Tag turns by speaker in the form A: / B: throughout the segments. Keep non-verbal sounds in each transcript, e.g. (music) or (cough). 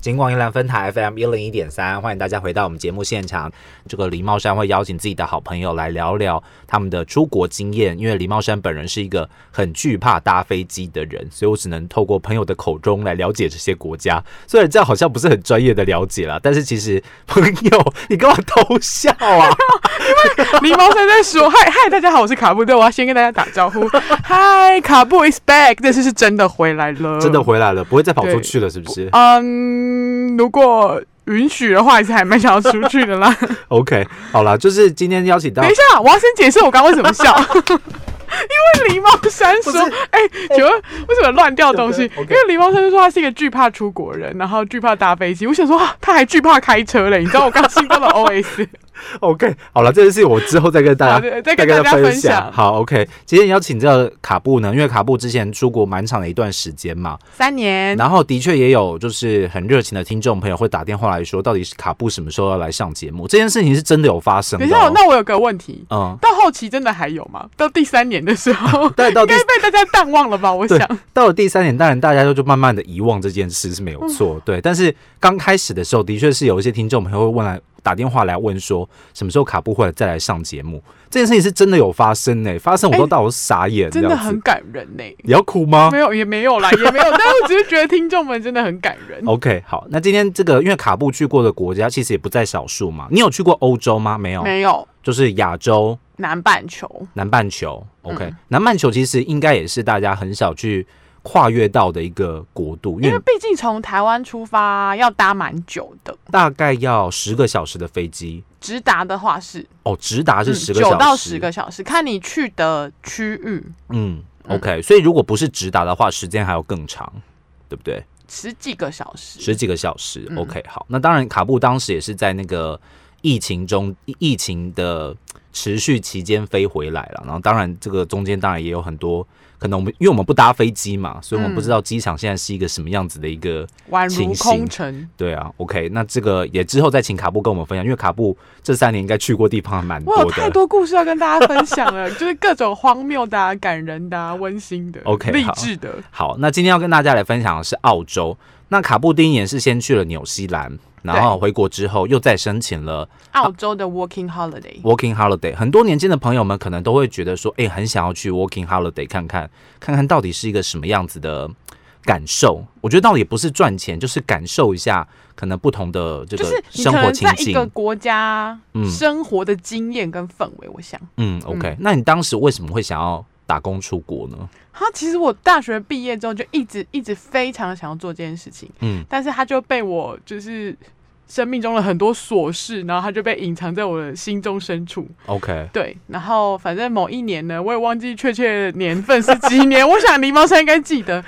A: 金广宜兰分台 FM 一零一点三，欢迎大家回到我们节目现场。这个黎茂山会邀请自己的好朋友来聊聊他们的出国经验，因为黎茂山本人是一个很惧怕搭飞机的人，所以我只能透过朋友的口中来了解这些国家。虽然这样好像不是很专业的了解啦，但是其实朋友，你干嘛偷笑啊？
B: 狸猫山在说：“嗨嗨，大家好，我是卡布。对，我要先跟大家打招呼。 (laughs) 嗨，卡布 is back，这次是真的回来了，
A: 真的。回来了，不会再跑出去了，是不是？
B: 嗯，如果允许的话，还是还蛮想要出去
A: (laughs)
B: 的啦。
A: OK，好啦，就是今天邀请到
B: 等一下，我要先解释我刚刚为什么笑。” (laughs) 因为狸猫山
A: 不
B: 说
A: 是：“
B: 哎、请问为什么乱掉东西？”
A: 对对，OK
B: 因为狸猫山就说他是一个惧怕出国人，然后惧怕搭飞机。我想说，啊、他还惧怕开车嘞，你知道我刚心中的 OS。
A: OK，好了，这件事我之后再跟大
B: 好
A: 家
B: 的再跟大家
A: 分
B: 分享
A: 好，OK，今天邀请这个卡布呢，因为卡布之前出国蛮长的一段时间嘛，
B: (laughs) 三年，
A: 然后的确也有就是很热情的听众朋友会打电话来说，到底是卡布什么时候要来上节目？这件事情是真的有发生的
B: 等
A: 哦、
B: 一下，那我有个问题，
A: 嗯，，
B: 到后期真的还有吗？到第三年的时候
A: (laughs) 但到
B: (laughs) 应
A: 第
B: 该被大家淡忘了吧？我
A: 对
B: 想，
A: 到了第三点，当然大家就就慢慢的遗忘这件事是没有错，
B: 嗯
A: 对。但是刚开始的时候，的确是有一些听众朋友会问来打电话来问说，什么时候卡布会来再来上节目？这件事情是真的有发生呢、发生我都
B: 哎
A: 到我傻眼，这
B: 真的
A: 样子。
B: 很感人呢、
A: 你要哭吗
B: 没有，也没
A: (laughs)
B: 有啦，也没有。但我只是觉得听众们真的很感人。
A: ？OK，好，那今天这个因为卡布去过的国家其实也不在少数嘛。你有去过欧洲吗？没有，
B: 没有
A: 就是亚洲、
B: 南半球，
A: 南半球。OK，、
B: 嗯
A: 南半球其实应该也是大家很少去跨越到的一个国度，因
B: 因为
A: 为
B: 毕竟从台湾出发要搭蛮久的，
A: 大概要十个小时的飞机。
B: 直达的话是嗯
A: 哦，直达是十个小
B: 九
A: 时，
B: 到十个小时，看你去的区域，
A: 嗯
B: 嗯
A: ，OK，所以如果不是直达的话，时间还要更长，对不对？
B: 十几个小时。
A: 十几个小时、
B: 嗯
A: o k 好。那当然，卡布当时也是在那个疫情中，疫疫情的持续期间飞回来了。然后，当然这个中间当然也有很多可能，我们因为我们不搭飞机嘛，所以我们
B: 嗯
A: 不知道机场现在是一个什么样子的一个。
B: 宛
A: 情
B: 如
A: 形
B: 空城，
A: 对啊，OK，那这个也之后再请卡布跟我们分享，因为卡布这三年应该去过地方还蛮多
B: 我
A: 的。
B: 有太多故事要跟大家分享了， (laughs) 就是各种荒谬的、啊、感人的、啊、温馨的、
A: OK，
B: 励
A: 好
B: 志的。
A: 好，那今天要跟大家来分享的是澳洲。那卡布第一年是先去了纽西兰，然后回国之后又再申请了
B: 澳洲的 Working Holiday，
A: Working Holiday。很多年轻的朋友们可能都会觉得说，哎、很想要去 Working Holiday 看看，看看到底是一个什么样子的感受。我觉得倒也不是赚钱，就是感受一下可能不同的这
B: 就是
A: 个
B: 你可
A: 生活
B: 能
A: 情
B: 在一
A: 境。
B: 个国家
A: 嗯
B: 生活的经验跟氛围，我想，
A: 嗯，OK 那你当时为什么会想要打工出国呢？
B: 他其实我大学毕业之后就一直一直非常想要做这件事情，
A: 嗯，
B: 但是他就被我就是生命中的很多琐事，然后他就被隐藏在我的心中深处。 (laughs)
A: OK，
B: 对，然后反正某一年呢，我也忘记确切年份是几年，我想狸猫山应该记得，应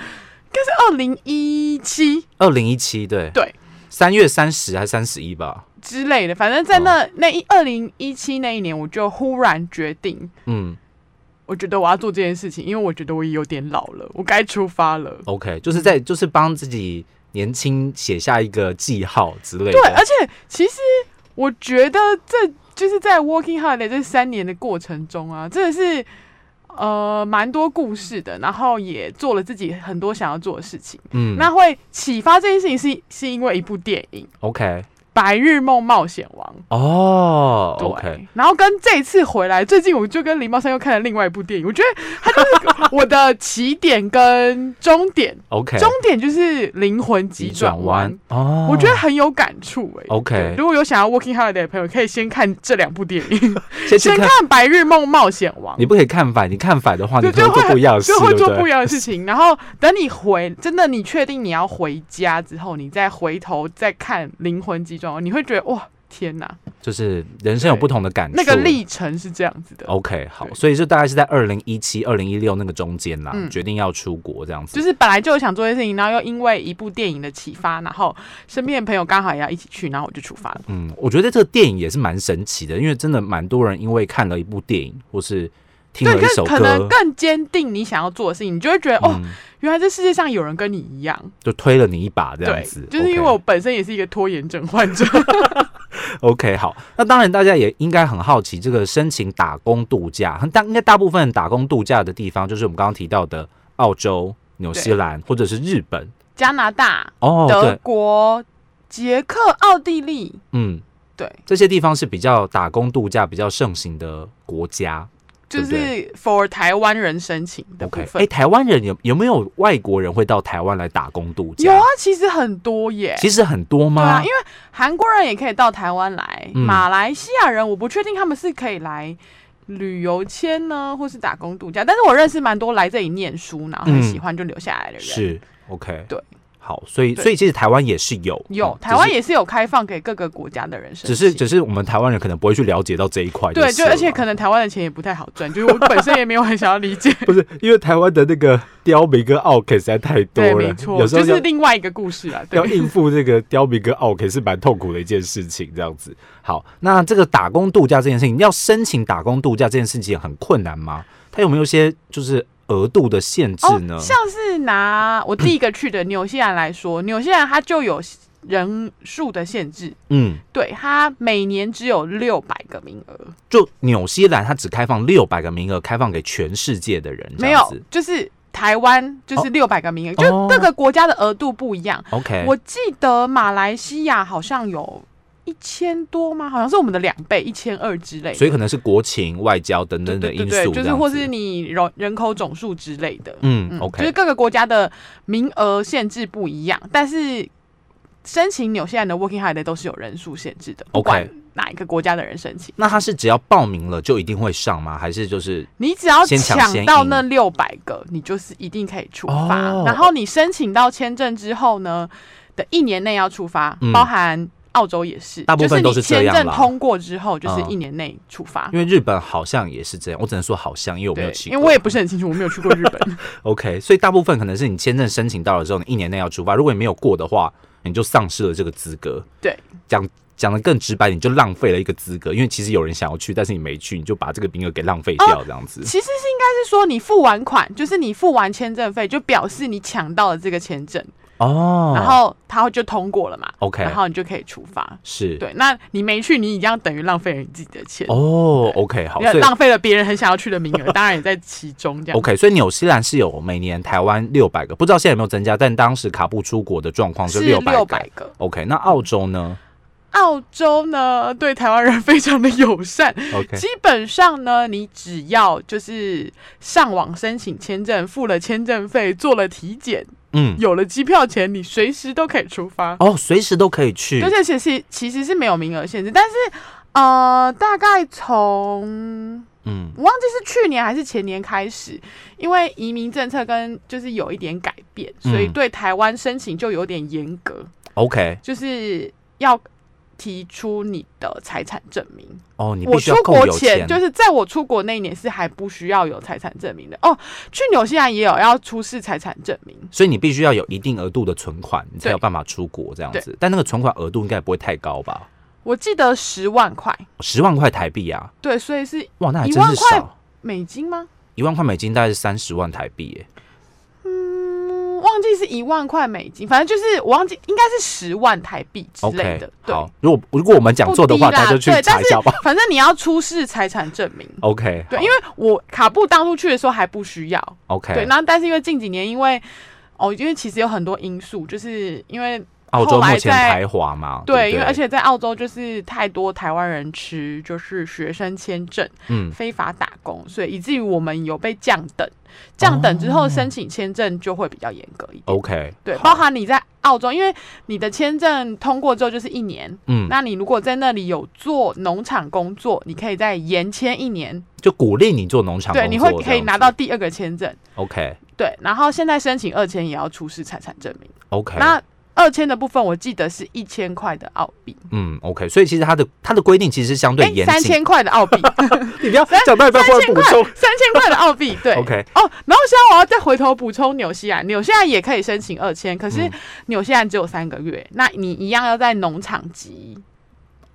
B: 该是二零一七
A: 二零一七对
B: 对
A: 三月三十还是三十一吧？
B: 之类的。反正在那、那一二零一七那一年，我就忽然决定，
A: 嗯
B: 我觉得我要做这件事情，因为我觉得我也有点老了，我该出发了。
A: OK，就是在
B: 嗯
A: 就是帮自己年轻写下一个记号之类的。
B: 对，而且其实我觉得这就是在 Working Holiday 这三年的过程中啊，真的是呃蛮多故事的，然后也做了自己很多想要做的事情。
A: 嗯，
B: 那会启发这件事情是是因为一部电影《
A: OK，
B: 白日梦冒险王》。
A: 哦
B: 对
A: ，OK，
B: 然后跟这次回来，最近我就跟林茂山又看了另外一部电影，我觉得它就是 (laughs) 我的起点跟终点，
A: OK，
B: 终点就是灵魂急转弯，
A: 哦，
B: 我觉得很有感触哎、
A: OK
B: 对如果有想要 working holiday 的朋友，可以先看这两部电影，
A: (laughs) 先去
B: 先看
A: 看，
B: 《白日梦冒险王
A: 你》，不可以看反，你看反的话，你
B: 对，
A: 可能
B: 就
A: 做
B: 会
A: 不一样的事，
B: (laughs) 就会做
A: 对
B: 不
A: 不对？
B: 一样的事情。然后等你回，真的你确定你要回家之后，你再回头再看《灵魂急转弯》，你会觉得哇，天哪，
A: 就是人生有
B: 对
A: 不同的感触，
B: 那个历程是这样子的，
A: OK，好，
B: 对
A: 所以就大概是在二零一七、二零一六那个中间啦，
B: 嗯
A: 决定要出国这样子。
B: 就是本来就想做这件事情，然后又因为一部电影的启发，然后身边的朋友刚好也要一起去，然后我就出发了。
A: 嗯，我觉得这个电影也是蛮神奇的，因为真的蛮多人因为看了一部电影或是听
B: 对，
A: 了一
B: 更
A: 首
B: 可能
A: 歌，
B: 更坚定你想要做的事情，你就会觉得、哦，
A: 嗯，
B: 原来这世界上有人跟你一样。
A: 就推了你一把这样
B: 对
A: 子。，
B: 就是因为
A: OK
B: 我本身也是一个拖延症患者，
A: OK，好，那当然大家也应该很好奇，这个申请打工度假，很大应该大部分打工度假的地方，就是我们刚刚提到的澳洲、纽西兰或者是日本。
B: (laughs) 加拿大、
A: 哦，
B: 德
A: 对，
B: 国、捷克、奥地利，
A: 嗯，
B: 对，
A: 这些地方是比较打工度假比较盛行的国家。
B: 就
A: 对
B: 是 for 台湾人申请的部
A: OK，哎、
B: 分。
A: 台湾人有有没有外国人会到台湾来打工度假？
B: 有啊，其实很多耶。
A: 其实很多
B: 对啊，
A: 吗？
B: 因为韩国人也可以到台湾来，
A: 嗯
B: 马来西亚人我不确定他们是可以来旅游签呢，或是打工度假。但是我认识蛮多来这里念书，然后很喜欢就留下来的人。
A: 嗯是 OK，
B: 对，
A: 好，所以
B: 对
A: 所以其实台湾也是有
B: 有
A: 嗯
B: 台湾
A: 只是
B: 也是有开放给各个国家的人申
A: 只
B: 请，
A: 是只是我们台湾人可能不会去了解到这一块，
B: 对，就而且可
A: 能
B: 能台湾的钱也不太好赚，就是我本身也没有很想要理
A: (laughs)
B: 解。
A: 不是因为台湾的那个刁民跟奥 K 实在太多
B: 对，
A: 了，
B: 没错，
A: 有时候
B: 就
A: 要
B: 是另外一个故事啊。对
A: 要，应付这个刁民跟奥 K 是蛮痛苦的一件事情，这样子。好，那这个打工度假这件事情，要申请打工度假这件事情很困难吗？它有没有一些就是额度的限制呢？
B: 哦像是拿我第一个去的纽西兰来说，纽西兰它就有人数的限制，
A: 嗯，
B: 对，它每年只有六百个名额，
A: 就纽西兰它只开放六百个名额，开放给全世界的人，这
B: 没
A: 样
B: 有
A: 子。，
B: 就是台湾就是六百个名额，
A: 哦哎
B: 就各个国家的额度不一样。
A: OK，
B: 我记得马来西亚好像有一千多吗？好像是我们的两倍，一千二之类的。
A: 所以可能是国情、外交等
B: 对
A: 等的
B: 对
A: 因
B: 对
A: 素，
B: 对，就是
A: 这样
B: 或
A: 子
B: 是你人人口总数之类的。
A: 嗯
B: 嗯就
A: ，OK，
B: 是各个国家的名额限制不一样，但是申请纽西兰的 Working Holiday 都是有人数限制的，不
A: OK
B: 管哪一个国家的人申请，
A: 那他是只要报名了就一定会上吗？还是就是
B: 你只要
A: 先抢先
B: 抢到
A: 赢
B: 那六百个，你就是一定可以出发。
A: 哦
B: 然后你申请到签证之后呢，的一年内要出发，
A: 嗯
B: 包含。澳洲也是，
A: 大部分都
B: 就是是
A: 这
B: 你
A: 样
B: 签
A: 啦
B: 证通过之后，就是
A: 嗯
B: 一年内出发。
A: 因为日本好像也是这样，我只能说好像，因为我没有
B: 对，
A: 去过，
B: 因为我也不是很清楚，我没有去过日本。
A: OK，所以大部分可能是你签证申请到了之后，你一年内要出发，如果你没有过的话，你就丧失了这个资格。
B: 对，
A: 讲讲的更直白，你就浪费了一个资格，因为其实有人想要去，但是你没去，你就把这个名额给浪费掉，这样子。
B: 其实是应该是说，你付完款，就是你付完签证费，就表示你抢到了这个签证。
A: 哦，
B: 啊然后他就通过了嘛
A: OK
B: 然后你就可以出发。
A: 是
B: 对，那你没去，你一样等于浪费了你自己的钱，
A: 哦，OK，好，
B: 你也
A: 所以
B: 浪费了别人很想要去的名额，当然也在其中。这样
A: OK，所以纽西兰是有每年台湾六百个，不知道现在有没有增加，但当时卡布出国的状况是
B: 是
A: 百
B: 六
A: 个。
B: 百个。
A: OK，那澳洲呢
B: 澳洲呢，对台湾人非常的友善，
A: ？OK，
B: 基本上呢，你只要就是上网申请签证，付了签证费，做了体检，
A: 嗯，
B: 有了机票钱，你随时都可以出发。
A: 哦，随时都可以去
B: 而，且其实其实是没有名额限制，但是呃，大概从
A: 嗯
B: 我忘记是去年还是前年开始，因为移民政策跟就是有一点改变，
A: 嗯
B: 所以对台湾申请就有点严格，
A: ，OK，
B: 就是要提出你的财产证明。
A: 哦，你
B: 我
A: 必须
B: 出
A: 要够
B: 国
A: 有
B: 前，
A: 钱，
B: 就是在我出国那一年是还不需要有财产证明的哦。去纽西兰也有要出示财产证明，
A: 所以你必须要有一定额度的存款，你才
B: 对
A: 有办法出国这样子。但那个存款额度应该也不会太高吧？
B: 我记得十万块，
A: 十万块台币啊，
B: 对，所以是
A: 哇，那还
B: 一
A: 真
B: 万
A: 是
B: 块
A: 少。
B: 美金吗？
A: 一万块美金大概是三十万台币耶，
B: 嗯，忘记是一万块美金，反正就是我忘记应该是十万台币之类
A: OK，
B: 的。对。
A: 好，如果如果我们讲错的话，
B: 不低
A: 大
B: 啦
A: 家就去
B: 对
A: 查一下吧。
B: (laughs) 反正你要出示财产证明。
A: OK，
B: (laughs) 对，
A: 好
B: 因为我卡布当初去的时候还不需要。对，
A: OK，
B: 那但是因为近几年，因为哦，因为其实有很多因素，就是因为
A: 澳洲
B: 后来
A: 目前
B: 在
A: 排华嘛，
B: 对，
A: 不
B: 因为而且在澳洲就是太多台湾人持就是学生签证
A: 嗯，
B: 非法打工，所以以至于我们有被降等，降等之
A: 哦
B: 后申请签证就会比较严格一点。
A: OK，
B: 对，
A: 好
B: 包含你在澳洲，因为你的签证通过之后就是一年，
A: 嗯，
B: 那你如果在那里有做农场工作，你可以再延签一年，
A: 就鼓励你做农场
B: 对，
A: 工
B: 你
A: 作
B: 会
A: 这样子，
B: 可以拿到第二个签证，
A: OK
B: 对。然后现在申请二签也要出示财产证明，
A: OK，
B: 那二签的部分我记得是一千块的澳币，
A: 嗯 OK，所以其实它的它的规定其实相对
B: 哎，
A: 严
B: 三
A: 谨，
B: 千块的澳币，
A: (laughs) 你不要讲到一半忽然补充
B: 三千块的澳币，对。
A: (laughs) OK，
B: 哦，然后现在我要再回头补充纽西兰，纽西兰也可以申请二签，可是
A: 嗯
B: 纽西兰只有三个月，那你一样要在农场集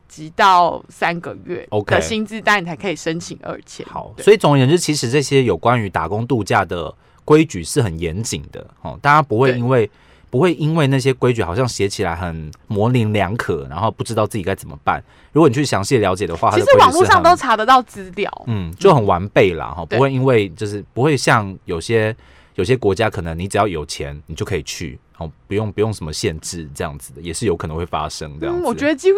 B: 集到三个月
A: OK
B: 的薪资单，你才可以申请二签。
A: 好，
B: 对
A: 所以总而言之，其实这些有关于打工度假的规矩是很严谨的哦，大家不会
B: 对
A: 因为不会因为那些规矩好像写起来很模棱两可，然后不知道自己该怎么办。如果你去详细了解的话，它
B: 其
A: 的
B: 实
A: 规
B: 网
A: 矩
B: 络
A: 是
B: 上
A: 很
B: 都查得到资料。
A: 嗯就很完备啦哈、哦，
B: 对
A: 不会因为就是不会像有些。有些国家可能你只要有钱，你就可以去，哦，不用不用什么限制，这样子的也是有可能会发生这样子。
B: 嗯，我觉得基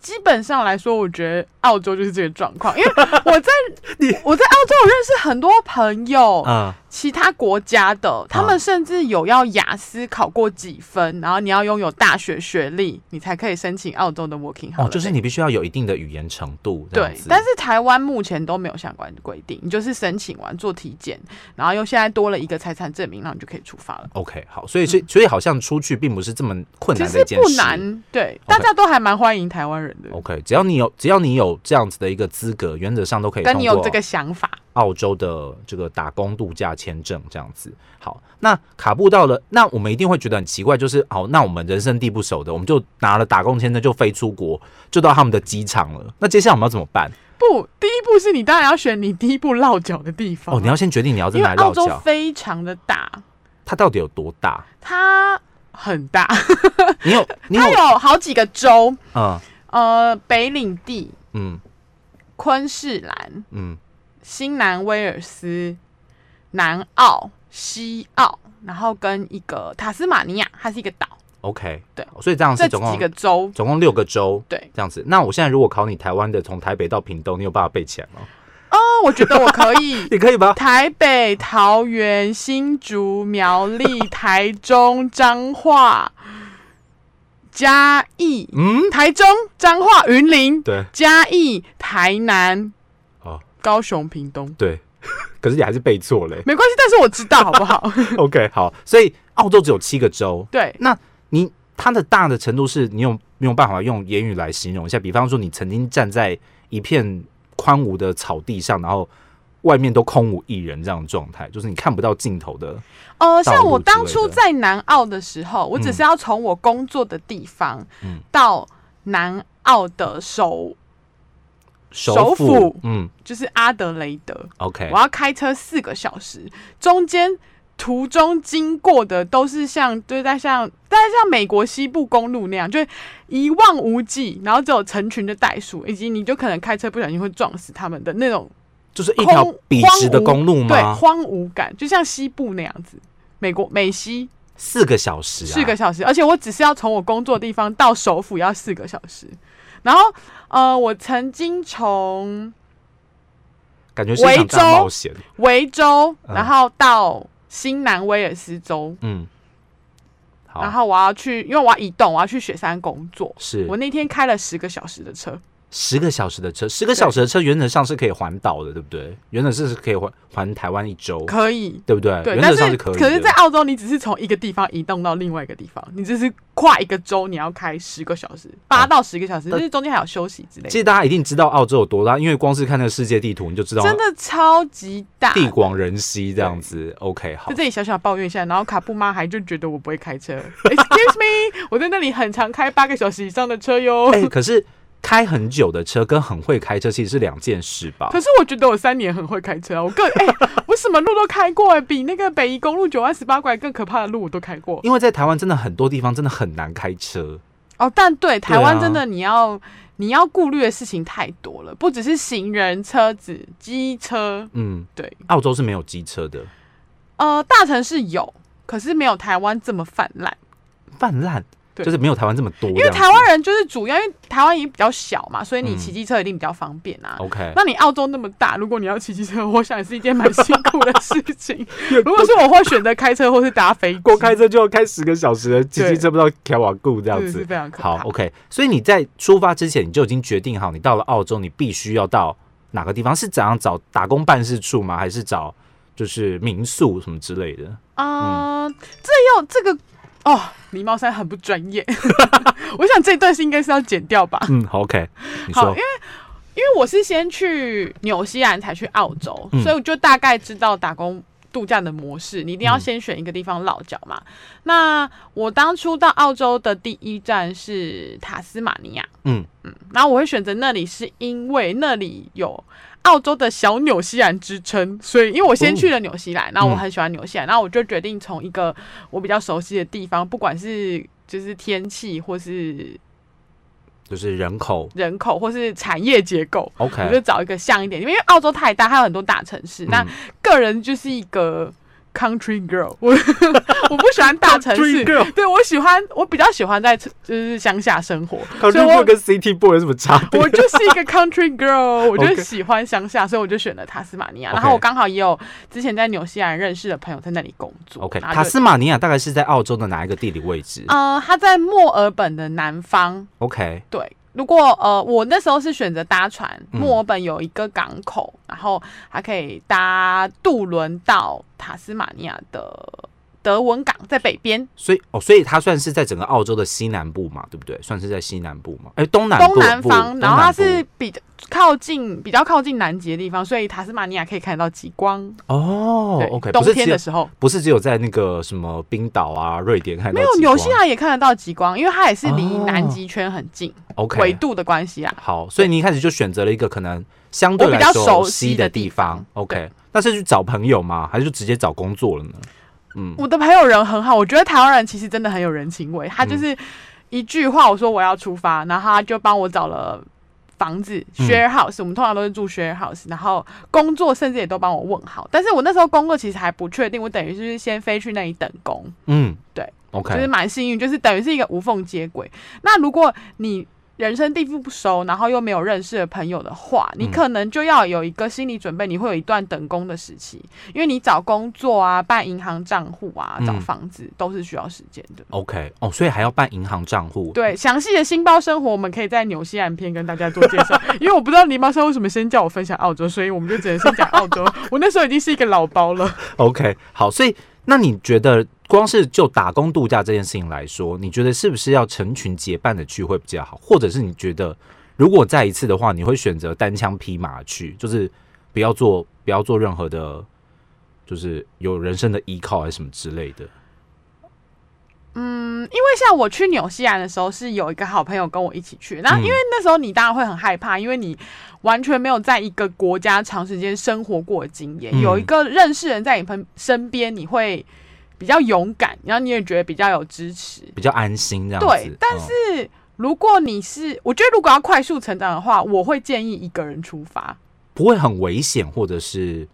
B: 基本上来说，我觉得澳洲就是这个状况，
A: (laughs)
B: 因为我在
A: 你
B: 我在澳洲我认识很多朋友，
A: 啊、
B: 其他国家的，他们甚至有要雅思考过几分，然后你要拥有大学学历，你才可以申请澳洲的 working holiday。
A: 哦，就是你必须要有一定的语言程度，这样
B: 对
A: 子，
B: 但是台湾目前都没有相关的规定，你就是申请完做体检，然后又现在多了一个财产证明，然后你就可以出发了。
A: OK 好，所以所以所以好像出去并不是这么困
B: 其
A: 难的一
B: 实
A: 件事，
B: 不难，对，大家都还蛮欢迎台湾人的，
A: OK，只要你有只要你有这样子的一个资格，原则上都可以
B: 跟
A: 通
B: 你有
A: 过
B: 这个想法。
A: 澳洲的这个打工度假签证这样子。好，那卡布到了，那我们一定会觉得很奇怪，就是好，那我们人生地不熟的，我们就拿了打工签证就飞出国，就到他们的机场了。那接下来我们要怎么办？
B: 不，第一步是你当然要选你第一步落脚的地方。啊
A: 哦，你要先决定你要在
B: 嗯因为
A: 哪里
B: 澳
A: 落
B: 洲
A: 脚，
B: 非常的大，
A: 它到底有多大？
B: 它很大，
A: 你有你有
B: (laughs) 它有好几个州，
A: 嗯
B: 呃，北领地、
A: 嗯
B: 昆士兰、
A: 嗯
B: 新南威尔斯、南澳、西澳，然后跟一个塔斯马尼亚，它是一个岛，
A: ，OK，哦
B: 对，
A: 所以这样
B: 这
A: 是总
B: 几
A: 共
B: 个州，
A: 总共六个州。
B: 对，
A: 这样子，那我现在如果考你台湾的，从台北到屏东，你有办法背起来
B: (laughs)
A: 吗？。
B: 哦，我觉得我可以 (laughs)
A: 你可以吧？
B: 台北、桃园、新竹、苗栗、台中、彰化、嘉义、
A: 嗯，
B: 台中、彰化、云林、
A: 对，
B: 嘉义、台南、
A: 哦，
B: 高雄、屏东，
A: 对， (laughs) 可是你还是背错嘞。 (laughs)
B: 没关系，但是我知道，好不好？ (laughs)
A: OK，好，所以澳洲只有七个州，
B: 对，
A: 你它的大的程度是你有没有办法用言语来形容一下？比方说，你曾经站在一片宽无的草地上，然后外面都空无一人这样的状态，就是你看不到尽头的。
B: 呃，
A: 道
B: 像
A: 路
B: 我
A: 之
B: 当
A: 类
B: 初
A: 的
B: 在南澳的时候，我只
A: 嗯
B: 是要从我工作的地方
A: 嗯
B: 到南澳的首，首
A: 府，
B: 府
A: 嗯
B: 就是阿德雷德，
A: ，OK，
B: 我要开车四个小时，中间途中经过的都是像，就是在像，大概像美国西部公路那样，就是一望无际，然后只有成群的袋鼠，以及你就可能开车不小心会撞死它们的那种，
A: 就是一条笔直的公路
B: 对，
A: 吗？
B: 荒芜感，就像西部那样子，美国美西。
A: 四个小时啊，
B: 四个小时，而且我只是要从我工作地方到首府要四个小时。然后，呃，我曾经从
A: 感觉是一场
B: 维州
A: 大冒险。
B: 维州，
A: 嗯
B: 然后到新南威尔斯州，
A: 嗯，好，
B: 然后我要去，因为我要移动，我要去雪山工作。
A: 是哦
B: 我那天开了十个小时的车，
A: 十个小时的车，十个小时的车原则上是可以环岛的，对不对？原则上是可以环环台湾一周，
B: 可以。
A: 对不对？
B: 对，
A: 呃原
B: 但
A: 则上
B: 是
A: 可以的。
B: 是，在澳洲，你只是从一个地方移动到另外一个地方，你只是跨一个州，你要开十个小时，八到十个小时，
A: 但
B: 就是中间还有休息之类
A: 其
B: 的，
A: 实大家一定知道澳洲有多大，因为光是看那个世界地图你就知道
B: 真的啊超级大，
A: 地广人稀这样子。OK，好
B: 在，这里小小抱怨一下，然后卡布妈还就觉得我不会开车 (laughs) ，Excuse me，我在那里很常开八个小时以上的车哟。
A: 哎、可是开很久的车跟很会开车其实是两件事吧
B: 可？是我觉得我三年很会开车啊，我更 (laughs) 哎、我什么路都开过、哎，比那个北宜公路九万十八拐更可怕的路我都开过。
A: 因为在台湾真的很多地方真的很难开车，
B: 哦，但对台湾
A: 对啊
B: 真的你要、你要顾虑的事情太多了，不只是行人、车子、机车，
A: 嗯，
B: 对，
A: 澳洲是没有机车的，
B: 呃，大城市有，可是没有台湾这么泛滥。
A: 泛滥，
B: 对
A: 就是没有台湾这么多这
B: 因为
A: 样子，
B: 台湾人就是主要，因为台湾也比较小嘛，所以你
A: 嗯
B: 骑机车一定比较方便啊。
A: OK，
B: 那你澳洲那么大，如果你要骑机车，我想也是一件蛮辛苦的事
A: (laughs)
B: 情。如果是我会选择开车或是搭飞机，
A: 光开车就要开十个小时了，骑
B: 对
A: 机车不知道开瓦固这
B: 这
A: 样
B: 是
A: 子。
B: 非常可
A: 好
B: 怕。
A: ，OK，所以你在出发之前你就已经决定好，你到了澳洲你必须要到哪个地方？是怎样找打工办事处吗？还是找就是民宿什么之类的？
B: 啊、这又这个哦，狸猫山很不专业。 (laughs) 我想这段是应该是要剪掉吧，
A: 嗯，好，OK，你
B: 好
A: 说
B: 因为，因为我是先去纽西兰才去澳洲，
A: 嗯
B: 所以我就大概知道打工。度假的模式，你一定要
A: 嗯
B: 先选一个地方落脚嘛。那我当初到澳洲的第一站是塔斯马尼亚，
A: 嗯，
B: 然后我会选择那里，是因为那里有澳洲的小纽西兰之称，所以因为我先去了纽西兰，
A: 嗯
B: 然后我很喜欢纽西兰，然后我就决定从一个我比较熟悉的地方，不管是就是天气，或是
A: 就是人口
B: 人口，或是产业结构，我就
A: 哎，OK，
B: 找一个像一点，因为澳洲太大，它有很多大城市，那
A: 嗯
B: 个人就是一个。 country girl，我我不喜欢大城
A: Country
B: 市
A: girl
B: 对我喜欢我比较喜欢在就是乡下生活，所以
A: country boy
B: 我
A: 跟 city boy 有什么差别？
B: 我就是一个 country girl，我就
A: OK
B: 喜欢乡下，所以我就选了塔斯马尼亚。然后
A: OK
B: 我刚好也有之前在纽西兰认识的朋友在那里工作
A: OK，
B: 然
A: 塔
B: 后就
A: 斯马尼亚大概是在澳洲的哪一个地理位置
B: 呃，他在墨尔本的南方，
A: ？OK，
B: 对，如果呃，我那时候是选择搭船，
A: 嗯
B: 墨尔本有一个港口，然后还可以搭渡轮到塔斯马尼亚的德文港，在北边
A: 所以哦，所以它算是在整个澳洲的西南部嘛，对不对？算是在西南部嘛？哎，东南部，
B: 东南
A: 不
B: 方，
A: 东
B: 然后它
A: 南部
B: 是比较靠近比较靠近南极的地方，所以塔斯马尼亚可以看得到极光。
A: 哦
B: 对
A: ，OK，
B: 冬
A: 不是
B: 天
A: 只有
B: 的时候。
A: 不是只有在那个什么冰岛啊、瑞典看到
B: 没有
A: 极
B: 纽
A: 光
B: 西兰也看得到极光，因为它也是离
A: 哦
B: 南极圈很近，纬
A: OK
B: 度的关系啊。
A: 好，所以你一开始就选择了一个可能相对
B: 我
A: 来
B: 比较
A: 说
B: 熟
A: 悉
B: 悉
A: 的
B: 的
A: 地
B: 地
A: 方
B: 方
A: OK，那是去找朋友吗？还是就直接找工作了呢？嗯
B: 我的朋友人很好，我觉得台湾人其实真的很有人情味。他就是一句话，我说我要出发，然后他就帮我找了房子
A: 嗯
B: share house，、我们通常都是住 share house，然后工作甚至也都帮我问好。但是我那时候工作其实还不确定，我等于就是先飞去那里等工，
A: 嗯，
B: 对
A: ，OK，
B: 就是蛮幸运，就是等于是一个无缝接轨。那如果你人生地不熟，然后又没有认识的朋友的话，你
A: 嗯
B: 可能就要有一个心理准备，你会有一段等工的时期，因为你找工作啊、办银行账户啊
A: 嗯、
B: 找房子、都是需要时间的。
A: OK，哦，所以还要办银行账户。
B: 对，详细的新包生活，我们可以在纽西兰篇跟大家做介绍。因为我不知道林包生为什么先叫我分享澳洲，所以我们就只能先讲澳洲。我那时候已经是一个老包了。
A: OK，好，所以那你觉得光是就打工度假这件事情来说，你觉得是不是要成群结伴的去会比较好？或者是你觉得如果再一次的话，你会选择单枪匹马去，就是不要做不要做任何的，就是有人生的依靠还是什么之类的？
B: 嗯，因为像我去纽西兰的时候，是有一个好朋友跟我一起去。然后
A: 嗯
B: 因为那时候你当然会很害怕，因为你完全没有在一个国家长时间生活过的经验，
A: 嗯
B: 有一个认识人在你旁身边，你会比较勇敢，然后你也觉得比较有支持。
A: 比较安心这样子。
B: 对，但
A: 嗯
B: 是如果你是，我觉得如果要快速成长的话，我会建议一个人出发。
A: 不会很危险，或者是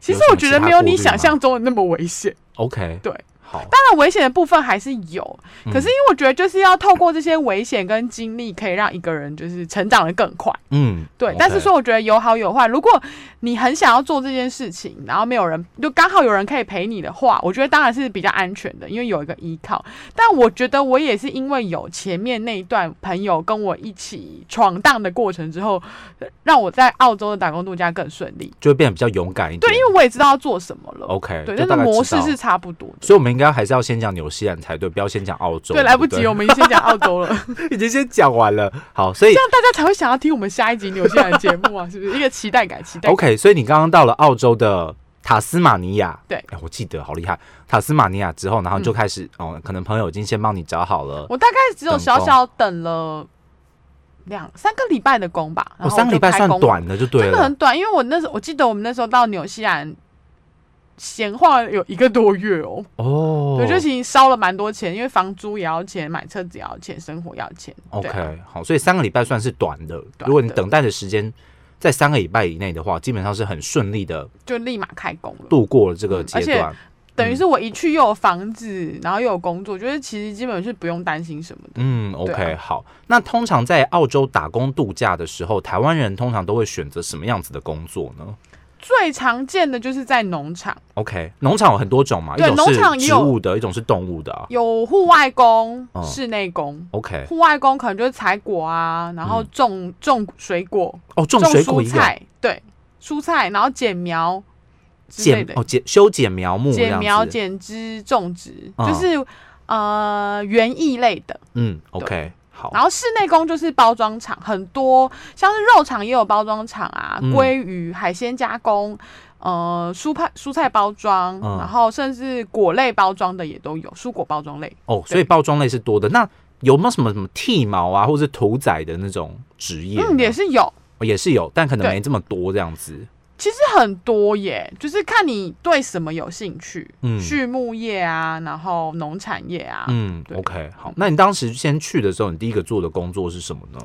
B: 其
A: 有
B: 实
A: 什么
B: 我觉得
A: 其他
B: 没有
A: 顾虑
B: 你
A: 吗
B: 想象中的那么危险。
A: OK
B: 对
A: 好，
B: 当然，危险的部分还是有，
A: 嗯
B: 可是因为我觉得就是要透过这些危险跟经历，可以让一个人就是成长的更快。
A: 嗯，
B: 对
A: OK
B: 但是说我觉得有好有坏。如果你很想要做这件事情，然后没有人，就刚好有人可以陪你的话，我觉得当然是比较安全的，因为有一个依靠。但我觉得我也是因为有前面那一段朋友跟我一起闯荡的过程之后，呃让我在澳洲的打工度假更顺利。
A: 就会变得比较勇敢一点。
B: 对，因为我也知道要做什么了。
A: OK，
B: 对，
A: 就
B: 那
A: 大
B: 个
A: 概
B: 模
A: 知
B: 式
A: 道
B: 是差不多的。
A: 所以我们应该还是要先讲纽西兰才对，不要先讲澳洲。
B: 对，来不及，
A: 对
B: 我们已经先讲澳洲了，
A: 对 (laughs) 已经先讲完了。好，所以
B: 这样大家才会想要听我们下一集纽西兰的节
A: (laughs)
B: 目啊，是不是？一个期待感，期待感。
A: OK，所以你刚刚到了澳洲的塔斯马尼亚，
B: 对嗯
A: 哎、我记得好厉害。塔斯马尼亚之后，然后你就开始、哦，可能朋友已经先帮你找好了。哦
B: 我大概只有小小等了两三个礼拜的工吧，然
A: 我、哦
B: 后
A: 三个礼拜
B: 就开
A: 算
B: 工了，
A: 短的就对
B: 真的
A: 了
B: 很。短，因为我那时候我记得我们那时候到纽西兰。闲话有一个多月哦，
A: 哦，
B: 对，就其实烧了蛮多钱，因为房租也要钱，买车子也要钱，生活也要钱。对啊
A: OK，好，所以三个礼拜算是短的。
B: 的
A: 如果你等待的时间在三个礼拜以内的话，基本上是很顺利的
B: 就立马开工了。
A: 度过了这个阶段。
B: 等于是我一去又有房子，然后又有工作，就是其实基本是不用担心什么的。
A: 嗯，OK，、好。那通常在澳洲打工度假的时候，台湾人通常都会选择什么样子的工作呢
B: 最常见的就是在农场，
A: ？OK，农场有很多种嘛，一
B: 对
A: 种
B: 农
A: 是
B: 场也
A: 植
B: 有
A: 物的，一种是动物的啊。
B: 有户外工
A: 哦、
B: 室内工。
A: OK，
B: 户外工可能就是采果啊，然后
A: 嗯
B: 种、种水果、
A: 哦，种
B: 种
A: 水果
B: 蔬
A: 一样，
B: 菜，对，蔬菜，然后剪苗之类
A: 剪
B: 的，
A: 哦剪修剪苗木这
B: 剪
A: 样
B: 苗、
A: 子
B: 剪枝、种植，
A: 嗯
B: 就是呃园艺类的。
A: 嗯，OK，好
B: 然后室内工就是包装厂，很多像是肉厂也有包装厂啊，
A: 嗯
B: 鲑鱼、海鲜加工，呃，蔬菜蔬菜包装，
A: 嗯
B: 然后甚至果类包装的也都有，蔬果包装类。
A: 哦，所以包装类是多的。那有没有什么什么剃毛啊，或者是屠宰的那种职业呢？
B: 嗯，也是有，
A: 哦也是有，但可能
B: 对
A: 没这么多这样子。
B: 其实很多耶，就是看你对什么有兴趣，
A: 嗯
B: 畜牧业啊，然后农产业啊，
A: 嗯
B: 对
A: ，OK，好。那你当时先去的时候，你第一个做的工作是什么呢？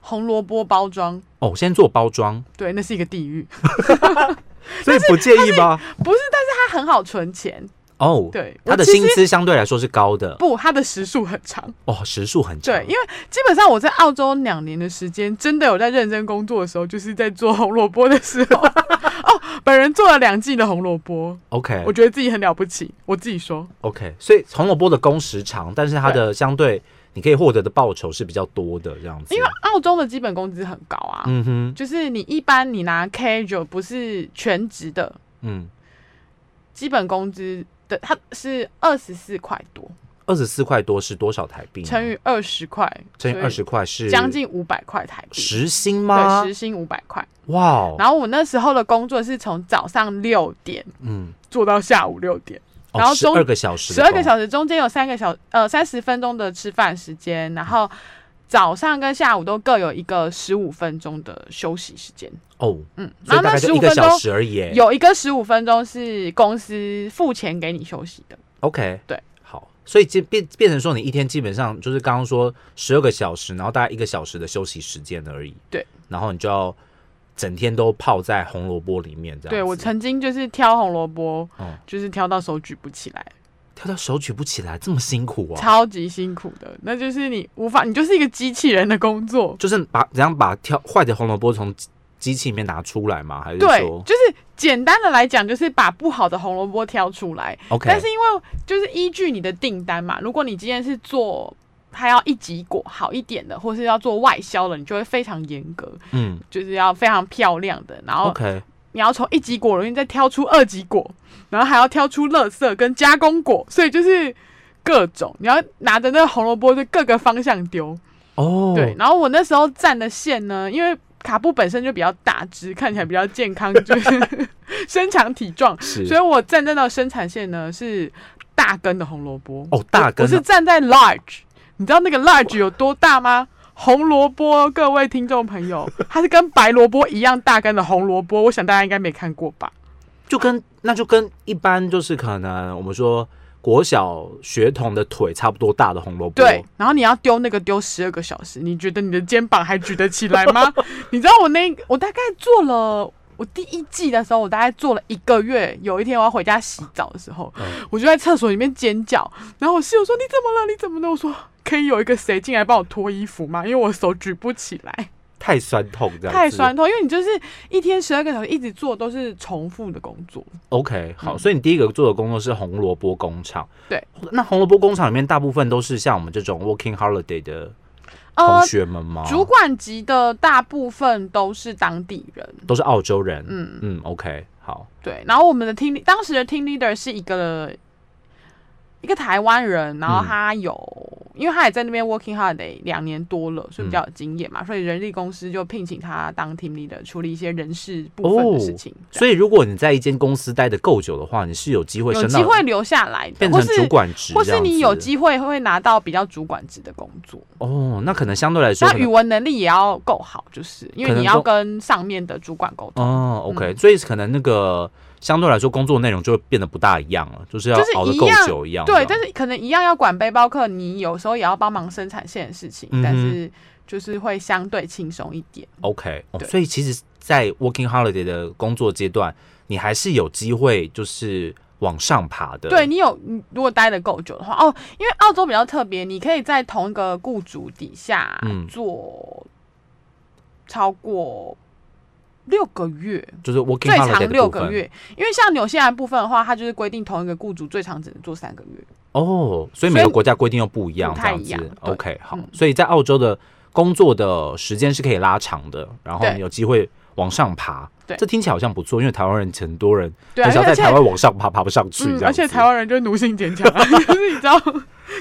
B: 红萝卜包装，
A: 哦，先做包装。
B: 对，那是一个地狱。 (laughs)
A: 所以不介意吧？
B: 不是，但是它很好存钱。
A: 哦，
B: 对，
A: 他
B: 我
A: 的
B: 其
A: 薪
B: 实
A: 资相对来说是高的
B: 不，它的时数很长。
A: (laughs) 哦，时数很长
B: 对，因为基本上我在澳洲两年的时间，真的有在认真工作的时候，就是在做红萝卜的时
A: (laughs)
B: 候。哦，本人做了两季的红萝卜，
A: ，OK
B: 我觉得自己很了不起，我自己说。
A: OK，所以红萝卜的工时长，但是它的相对你可以获得的报酬是比较多的这样子。
B: 因为澳洲的基本工资很高啊，
A: 嗯哼，
B: 就是你一般你拿 casual 不是全职的，
A: 嗯，
B: 基本工资的它是二十四块多，
A: 二十四块多是多少台币呢？
B: 乘以二十块，
A: 嗯乘以
B: 所以
A: 二十块是
B: 将近五百块台币，
A: 时薪吗
B: 对，时？薪五百块。
A: 哇哦，
B: 然后我那时候的工作是从早上六点
A: 嗯，哦
B: 做到下午六点。然后
A: 十
B: 中
A: 二个小时，
B: 十二个，小时中间有三个小呃三十分钟的吃饭时间，然后早上跟下午都各有一个十五分钟的休息时间。
A: 哦，
B: 嗯，
A: 所
B: 然
A: 以
B: 后
A: 大
B: 那
A: 概
B: 十
A: 就一
B: 五
A: 个
B: 分
A: 小
B: 钟
A: 时而已耶。
B: 有一个十五分钟是公司付钱给你休息的，
A: OK，
B: 对，
A: 好，所以就变变成说，你一天基本上就是刚刚说十二个小时，然后大概一个小时的休息时间而已。
B: 对，
A: 然后你就要整天都泡在红萝卜里面，这样子。
B: 对我曾经就是挑红萝卜，
A: 嗯
B: 就是挑到手举不起来，
A: 跳到手举不起来，这么辛苦啊！
B: 超级辛苦的。那就是你无法，你就是一个机器人的工作。
A: 就是把怎样把跳坏的红萝卜从机机器里面拿出来吗？还是
B: 对，
A: 说
B: 就是简单的来讲，就是把不好的红萝卜挑出来，
A: OK？
B: 但是因为就是依据你的订单嘛，如果你今天是做它要一级果好一点的，或是要做外销的，你就会非常严格，
A: 嗯
B: 就是要非常漂亮的，然后
A: ，OK，
B: 你要从一级果容易再挑出二级果，然后还要挑出垃圾跟加工果，所以就是。各种，你要拿着那个红萝卜就各个方向丢，
A: 哦，
B: 对。，然后我那时候站的线呢，因为卡布本身就比较大只，看起来比较健康，
A: (laughs)
B: 就是身强体壮，
A: 是，
B: 所以我站在那生产线呢是大根的红萝卜。
A: 哦大根
B: 我，我是站在 large，你知道那个 large 有多大吗？红萝卜，各位听众朋友，它是跟白萝卜一样大根的红萝卜，我想大家应该没看过吧？
A: 就跟那就跟一般就是可能我们说国小学童的腿差不多大的红萝卜，
B: 对，，然后你要丢那个丢十二个小时，你觉得你的肩膀还举得起来 (laughs) 吗？你知道我那我大概做了。我第一季的时候，我大概做了一个月。有一天我要回家洗澡的时候，
A: 嗯
B: 我就在厕所里面尖叫，然后我室友说：“你怎么了？你怎么了？”我说：“可以有一个谁进来帮我脱衣服吗？因为我手举不起来，
A: 太酸痛这样子，
B: 太酸痛。因为你就是一天十二个小时一直做都是重复的工作，
A: OK，好，
B: 嗯
A: 所以你第一个做的工作是红萝卜工厂。
B: 对，
A: 那红萝卜工厂里面大部分都是像我们这种 working holiday 的
B: 呃
A: 同，学们吗？
B: 主管级的大部分都是当地人，
A: 都是澳洲人。嗯
B: 嗯，
A: 嗯，OK，好，
B: 对，然后我们的 team 当时的 team leader 是一个一个台湾人，然后
A: 嗯
B: 他有，因为他也在那边 working holiday 两年多了，所以比
A: 嗯
B: 较有经验嘛，所以人力公司就聘请他当 team leader 处理一些人事部分的事情，
A: 哦所以如果你在一间公司待的够久的话，你是有机会
B: 有
A: 升到
B: 机会留下来的，
A: 变
B: 或
A: 成
B: 是
A: 主管职这
B: 或
A: 样子，
B: 是你有机会会拿到比较主管职的工作。
A: 哦，那可能相对来说
B: 那
A: 可
B: 语
A: 能。
B: 文能力也要够好，就是因
A: 可
B: 为
A: 能
B: 你要
A: 够
B: 跟上面的主管沟通。
A: 哦，OK，、所
B: 嗯
A: 以可能那个相对来说工作内容就变得不大一样了，就是要
B: 就是
A: 熬得
B: 一
A: 够
B: 样
A: 久一样这
B: 对，
A: 样。
B: 但是可能一样要管背包客，你有时候也要帮忙生产线的事情，
A: 嗯哼
B: 但是就是会相对轻松一点。
A: OK，、哦、
B: 对
A: 所以其实，在 working holiday 的工作阶段，你还是有机会就是往上爬的。
B: 对，你有，你如果待的够久的话，哦，因为澳洲比较特别，你可以在同一个雇主底下
A: 嗯
B: 做超过六个月，
A: 就是 working
B: 最
A: holiday 的
B: 长六
A: 部
B: 个
A: 分。
B: 月。因为像纽西兰部分的话，它就是规定同一个雇主最长只能做三个月。
A: 哦，所以每
B: 所
A: 个
B: 以
A: 国家规定又不一样，
B: 不
A: 这
B: 太
A: 样
B: 一样
A: 子。
B: 对
A: OK，好、
B: 嗯
A: 所以在澳洲的工作的时间是可以拉长的，然后
B: 对
A: 你有机会往上爬。
B: 对
A: 这听起来好像不错，因为台湾人很多人
B: 对、啊，
A: 很少
B: 而且
A: 在台湾往上爬，爬不上去
B: 嗯
A: 这，样
B: 而且
A: 子哦
B: 台湾人就是奴性坚强 (laughs) 啊，就是你知道，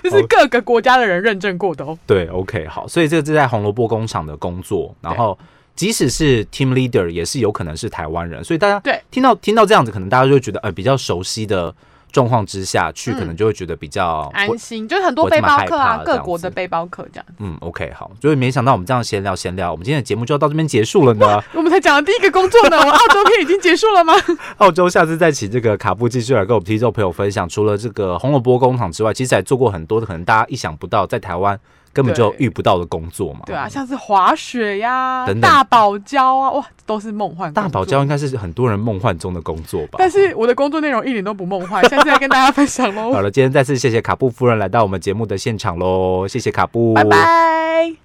B: 就是各个国家的人认证过的哦。
A: 对，OK，好，所以这个是在红萝卜工厂的工作，然
B: 对
A: 后即使是 team leader 也是有可能是台湾人，所以大家
B: 对
A: 听到听到这样子，可能大家就会觉得呃比较熟悉的状况之下去，可能就会觉得比较
B: 嗯安
A: 不
B: 心，就是很多
A: 我这
B: 背
A: 么
B: 包
A: 害
B: 客
A: 怕
B: 啊，
A: 这
B: 各
A: 样
B: 国的
A: 子
B: 背包客这样。
A: 嗯 OK 好，所以没想到我们这样闲聊闲聊，我们今天的节目就要到这边结束了呢。
B: 我们才讲的第一个工作
A: (laughs)
B: 呢，我澳洲片已经结束了吗？
A: 澳洲下次再请这个卡布继续来跟我们听众朋友分享，除了这个红萝卜工厂之外，其实还做过很多的，可能大家意想不到在台湾根本就
B: 对
A: 遇不到的工作嘛。
B: 对啊，像是滑雪呀、
A: 等等
B: 大堡礁啊，哇，都是梦幻。
A: 大堡礁，应该是很多人梦幻中的工作吧。
B: 但是我的工作内容一点都不梦幻，下次再跟大家分享
A: (laughs) 好
B: 喽，
A: 了，今天再次谢谢卡布夫人来到我们节目的现场喽，谢谢卡布，
B: 拜拜。